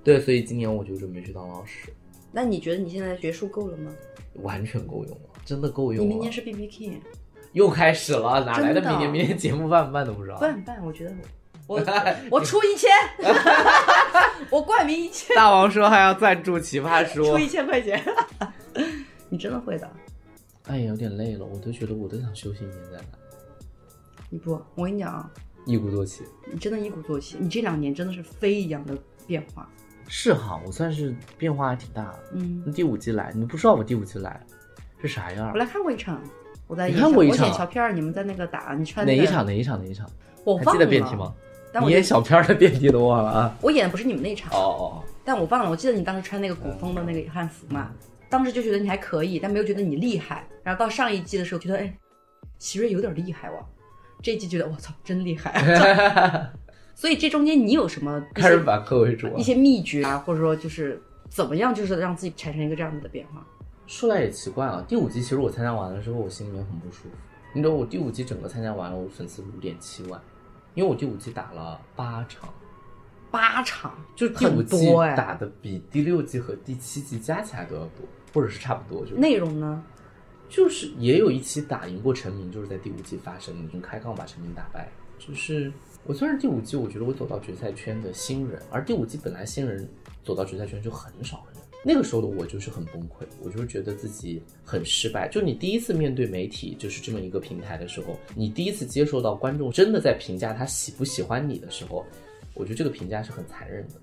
[SPEAKER 1] 对所以今年我就准备去当老师，
[SPEAKER 2] 那你觉得你现在学术够了吗？
[SPEAKER 1] 完全够用了，真的够用
[SPEAKER 2] 你
[SPEAKER 1] 了。
[SPEAKER 2] 明年是 B B King，
[SPEAKER 1] 又开始了，哪来的
[SPEAKER 2] 真的
[SPEAKER 1] 明年？明年节目办不办都不知道。
[SPEAKER 2] 办办，我觉得我我我出一千， 我冠名一千，
[SPEAKER 1] 大王说还要赞助奇葩
[SPEAKER 2] 出
[SPEAKER 1] 说
[SPEAKER 2] 一，千块钱， 你真的会的。
[SPEAKER 1] 哎呀，有点累了，我都觉得我都想休息一年再来，
[SPEAKER 2] 你不，我跟你讲啊，
[SPEAKER 1] 一鼓作气。
[SPEAKER 2] 你真的一鼓作气，你这两年真的是飞一样的变化。
[SPEAKER 1] 是哈，我算是变化还挺大的。
[SPEAKER 2] 嗯，
[SPEAKER 1] 第五季来，你不知道我第五季来是啥样
[SPEAKER 2] 我？来看过一场，我在
[SPEAKER 1] 你
[SPEAKER 2] 演
[SPEAKER 1] 看过一
[SPEAKER 2] 我
[SPEAKER 1] 场
[SPEAKER 2] 演小片儿，你们在那个打，你穿、
[SPEAKER 1] 哪
[SPEAKER 2] 那个、
[SPEAKER 1] 一？场？哪一场？哪一场？
[SPEAKER 2] 我
[SPEAKER 1] 还
[SPEAKER 2] 忘
[SPEAKER 1] 记
[SPEAKER 2] 了。
[SPEAKER 1] 得辩题？吗？
[SPEAKER 2] 但我
[SPEAKER 1] 你
[SPEAKER 2] 记
[SPEAKER 1] 演小片儿的辩题都忘了 啊？
[SPEAKER 2] 我演的不是你们那一场，
[SPEAKER 1] 哦哦，
[SPEAKER 2] 但我忘了。我记得你当时穿那个古风的那个汉服嘛，当时就觉得你还可以，但没有觉得你厉害。然后到上一季的时候，觉得哎，奇瑞有点厉害哇、这一季觉得我操，真厉害。 所以这中间你有什么一
[SPEAKER 1] 开始
[SPEAKER 2] 些
[SPEAKER 1] 反客为主啊
[SPEAKER 2] 一。些秘诀啊，或者说就是怎么样，就是让自己产生一个这样子的变化？
[SPEAKER 1] 说来也奇怪啊，第五季其实我参加完了之后，我心里面很不舒服。你知道我第五季整个参加完了，我粉丝五点七万，因为我第五季打了八场，
[SPEAKER 2] 八场，
[SPEAKER 1] 就第五
[SPEAKER 2] 很
[SPEAKER 1] 季
[SPEAKER 2] 多哎。
[SPEAKER 1] 打的比第六季和第七季加起来都要多，或者是差不多。就是
[SPEAKER 2] 内容呢？
[SPEAKER 1] 就是也有一期打赢过陈明，就是在第五季发生的，从开杠把陈明打败。就是我虽然第五季我觉得我走到决赛圈的新人，而第五季本来新人走到决赛圈就很少人。那个时候的我就是很崩溃，我就是觉得自己很失败。就你第一次面对媒体，就是这么一个平台的时候，你第一次接受到观众真的在评价他喜不喜欢你的时候，我觉得这个评价是很残忍的。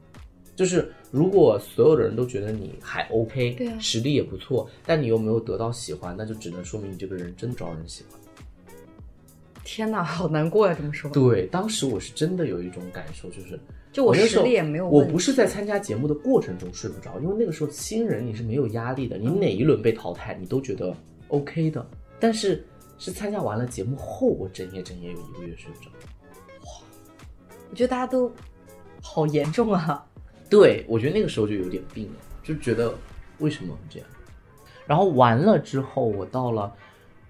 [SPEAKER 1] 就是如果所有的人都觉得你还 OK，
[SPEAKER 2] 对啊
[SPEAKER 1] 实力也不错，但你又没有得到喜欢，那就只能说明你这个人真招人喜欢。
[SPEAKER 2] 天哪，好难过呀、这么说，
[SPEAKER 1] 对，当时我是真的有一种感受，就是
[SPEAKER 2] 就我
[SPEAKER 1] 那时
[SPEAKER 2] 实
[SPEAKER 1] 候
[SPEAKER 2] 力也没有
[SPEAKER 1] 我
[SPEAKER 2] 问题。
[SPEAKER 1] 不是在参加节目的过程中睡不着，因为那个时候新人你是没有压力的，你
[SPEAKER 2] 嗯
[SPEAKER 1] 哪一轮被淘汰你都觉得 OK 的。但是是参加完了节目后，我整夜整夜有一个月睡不着。
[SPEAKER 2] 我觉得大家都好严重啊。
[SPEAKER 1] 对，我觉得那个时候就有点病了，就觉得为什么会这样。然后完了之后，我到了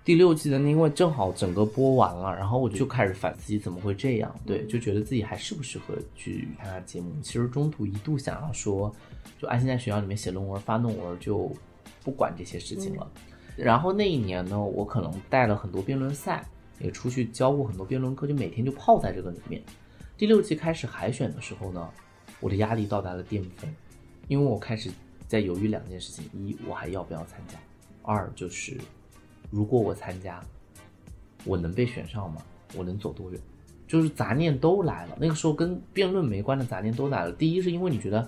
[SPEAKER 1] 第六季的那，因为正好整个播完了，然后我就开始反思自己怎么会这样，对，就觉得自己还适不适合去参加节目。其实中途一度想要说，就安心在学校里面写论文、发论文，就不管这些事情了。然后那一年呢，我可能带了很多辩论赛，也出去教过很多辩论课，就每天就泡在这个里面。第六季开始海选的时候呢，我的压力到达了巅峰，因为我开始在犹豫两件事情：一，我还要不要参加；二，就是如果我参加，我能被选上吗？我能走多远？就是杂念都来了。那个时候跟辩论没关的杂念都来了。第一是因为你觉得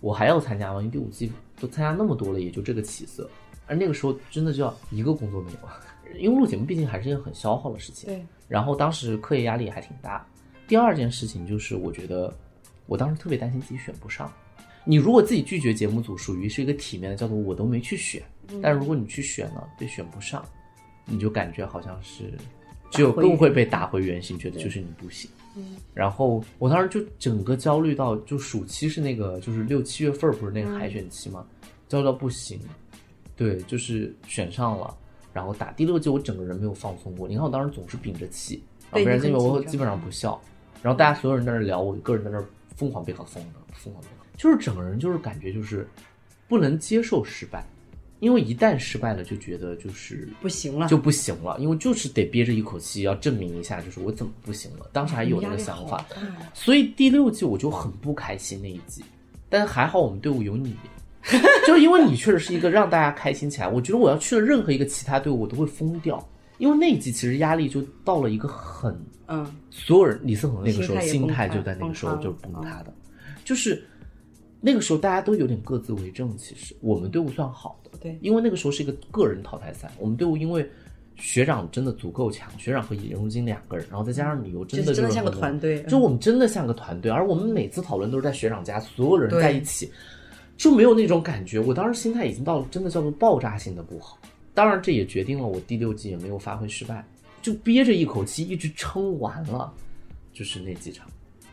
[SPEAKER 1] 我还要参加吗？因为第五季都参加那么多了，也就这个起色。而那个时候真的叫一个工作没有，因为录节目毕竟还是一件很消耗的事情。
[SPEAKER 2] 对，
[SPEAKER 1] 然后当时课业压力还挺大。第二件事情就是，我觉得我当时特别担心自己选不上。你如果自己拒绝节目组，属于是一个体面的，叫做我都没去选。但如果你去选了，被选不上，你就感觉好像是只有
[SPEAKER 2] 打回
[SPEAKER 1] 更
[SPEAKER 2] 原
[SPEAKER 1] 会被打回原形，觉得就是你不行。然后我当时就整个焦虑到，就暑期是那个就是六七月份儿不是那个海选期吗？焦虑到不行，对，就是选上了，然后打第六季，我整个人没有放松过。你看我当时总是屏着气，然后
[SPEAKER 2] 对
[SPEAKER 1] 别人
[SPEAKER 2] 你
[SPEAKER 1] 进
[SPEAKER 2] 很
[SPEAKER 1] 来我
[SPEAKER 2] 紧张
[SPEAKER 1] 基本上不笑，然后大家所有人在那儿聊，我一个人在那儿疯狂被搞疯了，疯狂被搞，就是整个人就是感觉就是不能接受失败，因为一旦失败了就觉得就是
[SPEAKER 2] 不行了，
[SPEAKER 1] 就不行了，因为就是得憋着一口气要证明一下，就是我怎么不行了。当时还有那个想法，
[SPEAKER 2] 嗯压力好大呀
[SPEAKER 1] 所以第六季我就很不开心那一季，但还好我们队伍有 你，就是因为你确实是一个让大家开心起来。我觉得我要去了任何一个其他队伍，我都会疯掉，因为那一季其实压力就到了一个很
[SPEAKER 2] 嗯，
[SPEAKER 1] 所有人，李斯恒那个时候心
[SPEAKER 2] 心
[SPEAKER 1] 态
[SPEAKER 2] 态也崩塌
[SPEAKER 1] 就在那个时候
[SPEAKER 2] 崩塌
[SPEAKER 1] 就
[SPEAKER 2] 了嗯
[SPEAKER 1] 崩塌的，就是那个时候大家都有点各自为政。其实我们队伍算好的，
[SPEAKER 2] 对
[SPEAKER 1] 因为那个时候是一个个人淘汰赛，我们队伍因为学长真的足够强，学长和任如金两个人，然后再加上你又真的
[SPEAKER 2] 就是真的
[SPEAKER 1] 是
[SPEAKER 2] 像个
[SPEAKER 1] 很
[SPEAKER 2] 团队嗯
[SPEAKER 1] 就我们真的像个团队，而我们每次讨论都是在学长家，所有人在一起，就没有那种感觉。我当时心态已经到了真的叫做爆炸性的不好，当然这也决定了我第六季也没有发挥失败，就憋着一口气一直撑完了，就是那几场。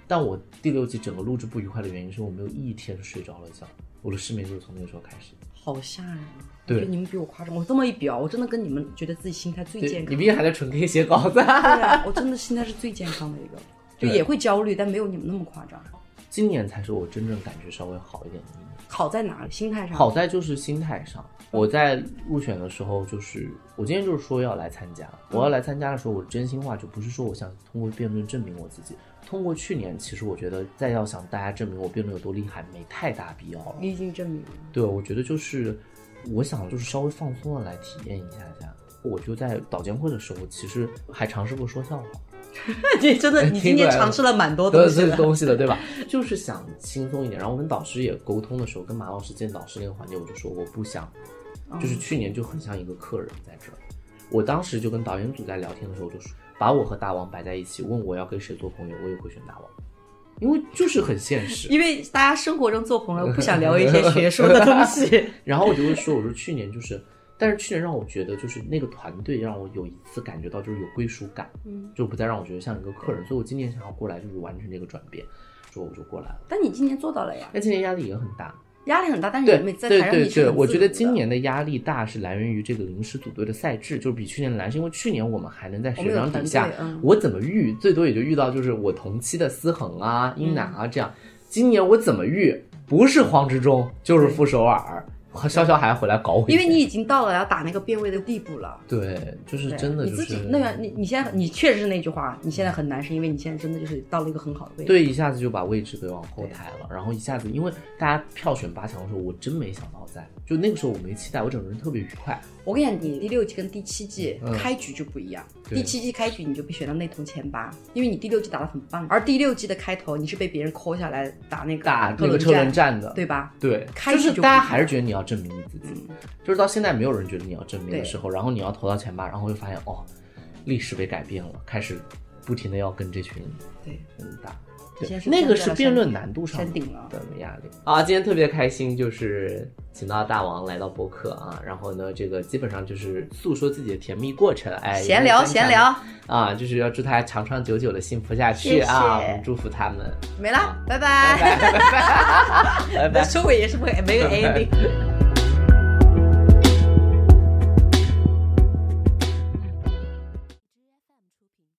[SPEAKER 1] 但我第六季整个录制不愉快的原因是我没有一天睡着了觉，我的失眠就是从那个时候开始。
[SPEAKER 2] 好吓人啊！
[SPEAKER 1] 对
[SPEAKER 2] 我觉得你们比我夸张。我这么一表，我真的跟你们觉得自己心态最
[SPEAKER 1] 对
[SPEAKER 2] 健
[SPEAKER 1] 你
[SPEAKER 2] 康。
[SPEAKER 1] 毕竟还在纯 K 写稿子。
[SPEAKER 2] 对啊，我真的心态是最健康的一个，就
[SPEAKER 1] 对
[SPEAKER 2] 也会焦虑，但没有你们那么夸张。
[SPEAKER 1] 今年才是我真正感觉稍微好一点的一年。
[SPEAKER 2] 好在哪？心态上。
[SPEAKER 1] 好，在就是心态上，我在入选的时候，就是我今天就是说要来参加。我要来参加的时候，我真心话就不是说我想通过辩论证明我自己。通过去年，其实我觉得再要想大家证明我辩论有多厉害，没太大必要了。
[SPEAKER 2] 你已经证明了。
[SPEAKER 1] 对，我觉得就是我想就是稍微放松的来体验一下下。我就在导监会的时候，其实还尝试过说笑话。
[SPEAKER 2] 对，真的，你今天尝试了蛮多东西
[SPEAKER 1] 这
[SPEAKER 2] 的。
[SPEAKER 1] 东西的，哦对吧？ 就是想轻松一点。然后我跟导师也沟通的时候，跟马老师见导师那个环节，我就说我不想，就是去年就很像一个客人在这儿。我当时就跟导演组在聊天的时候，就说把我和大王摆在一起，问我要跟谁做朋友，我也会选大王，因为就是很现实。
[SPEAKER 2] 因为大家生活中做朋友不想聊一些学术的东 西，
[SPEAKER 1] 然后我就会说，我说去年就是，但是去年让我觉得就是那个团队让我有一次感觉到就是有归属感，
[SPEAKER 2] 嗯，
[SPEAKER 1] 就不再让我觉得像一个客人，所以我今年想要过来就是完成这个转变，所以我就过来了。
[SPEAKER 2] 但你今年做到了呀，
[SPEAKER 1] 但今年压力也很大，
[SPEAKER 2] 压力很大，但是
[SPEAKER 1] 对
[SPEAKER 2] 你们在
[SPEAKER 1] 对
[SPEAKER 2] 台上
[SPEAKER 1] 对
[SPEAKER 2] 你是
[SPEAKER 1] 对，
[SPEAKER 2] 很
[SPEAKER 1] 我
[SPEAKER 2] 自
[SPEAKER 1] 觉得
[SPEAKER 2] 如的
[SPEAKER 1] 今年的压力大是来源于这个临时组队的赛制，就是比去年来，是因为去年我们还能在
[SPEAKER 2] 我
[SPEAKER 1] 学
[SPEAKER 2] 们有
[SPEAKER 1] 长
[SPEAKER 2] 团
[SPEAKER 1] 底
[SPEAKER 2] 队
[SPEAKER 1] 下，
[SPEAKER 2] 嗯
[SPEAKER 1] 我怎么遇最多也就遇到就是我同期的思恒啊、英楠
[SPEAKER 2] 嗯
[SPEAKER 1] 啊这样。今年我怎么遇不是黄执中就是傅首尔，和潇潇还回来搞我一
[SPEAKER 2] 因为
[SPEAKER 1] 遍
[SPEAKER 2] 你已经到了要打那个变位的地步了。
[SPEAKER 1] 对，就是
[SPEAKER 2] 对
[SPEAKER 1] 真的
[SPEAKER 2] 你
[SPEAKER 1] 就
[SPEAKER 2] 自
[SPEAKER 1] 是
[SPEAKER 2] 己那个你你现在你确实是那句话，你现在很难是因为你现在真的就是到了一个很好的位置。
[SPEAKER 1] 对，一下子就把位置给往后抬了，然后一下子，因为大家票选八强的时候，我真没想到在，就那个时候我没期待，我整个人特别愉快。
[SPEAKER 2] 我跟你讲，你第六季跟第七季开局就不一样。
[SPEAKER 1] 嗯对
[SPEAKER 2] 第七季开局你就被选到内头前八，因为你第六季打得很棒，而第六季的开头你是被别人抠下来打那个
[SPEAKER 1] 打
[SPEAKER 2] 车
[SPEAKER 1] 那个
[SPEAKER 2] 轮
[SPEAKER 1] 车轮
[SPEAKER 2] 战，
[SPEAKER 1] 战的，
[SPEAKER 2] 对吧？
[SPEAKER 1] 对，
[SPEAKER 2] 开
[SPEAKER 1] 就
[SPEAKER 2] 始
[SPEAKER 1] 是
[SPEAKER 2] 就
[SPEAKER 1] 大家
[SPEAKER 2] 不一
[SPEAKER 1] 还是觉得你要证明你自己，就是到现在没有人觉得你要证明的
[SPEAKER 2] 对
[SPEAKER 1] 时候，然后你要投到前八，然后会发现哦，历史被改变了，开始不停的要跟这群
[SPEAKER 2] 对，
[SPEAKER 1] 人打。对
[SPEAKER 2] 你现在，是
[SPEAKER 1] 那个
[SPEAKER 2] 站在
[SPEAKER 1] 是
[SPEAKER 2] 了
[SPEAKER 1] 辩
[SPEAKER 2] 山
[SPEAKER 1] 论
[SPEAKER 2] 顶
[SPEAKER 1] 难度上
[SPEAKER 2] 山顶了
[SPEAKER 1] 的压力啊！今天特别开心，就是请到大王来到博客啊，然后呢，这个基本上就是诉说自己的甜蜜过程，哎，也
[SPEAKER 2] 闲
[SPEAKER 1] 是
[SPEAKER 2] 聊
[SPEAKER 1] 分享
[SPEAKER 2] 闲聊，
[SPEAKER 1] 啊，就是要祝他长长久久的幸福下去
[SPEAKER 2] 谢谢
[SPEAKER 1] 啊，我们祝福 他们，
[SPEAKER 2] 没了，拜拜。
[SPEAKER 1] 拜拜。
[SPEAKER 2] 收尾也是不会没有 ending。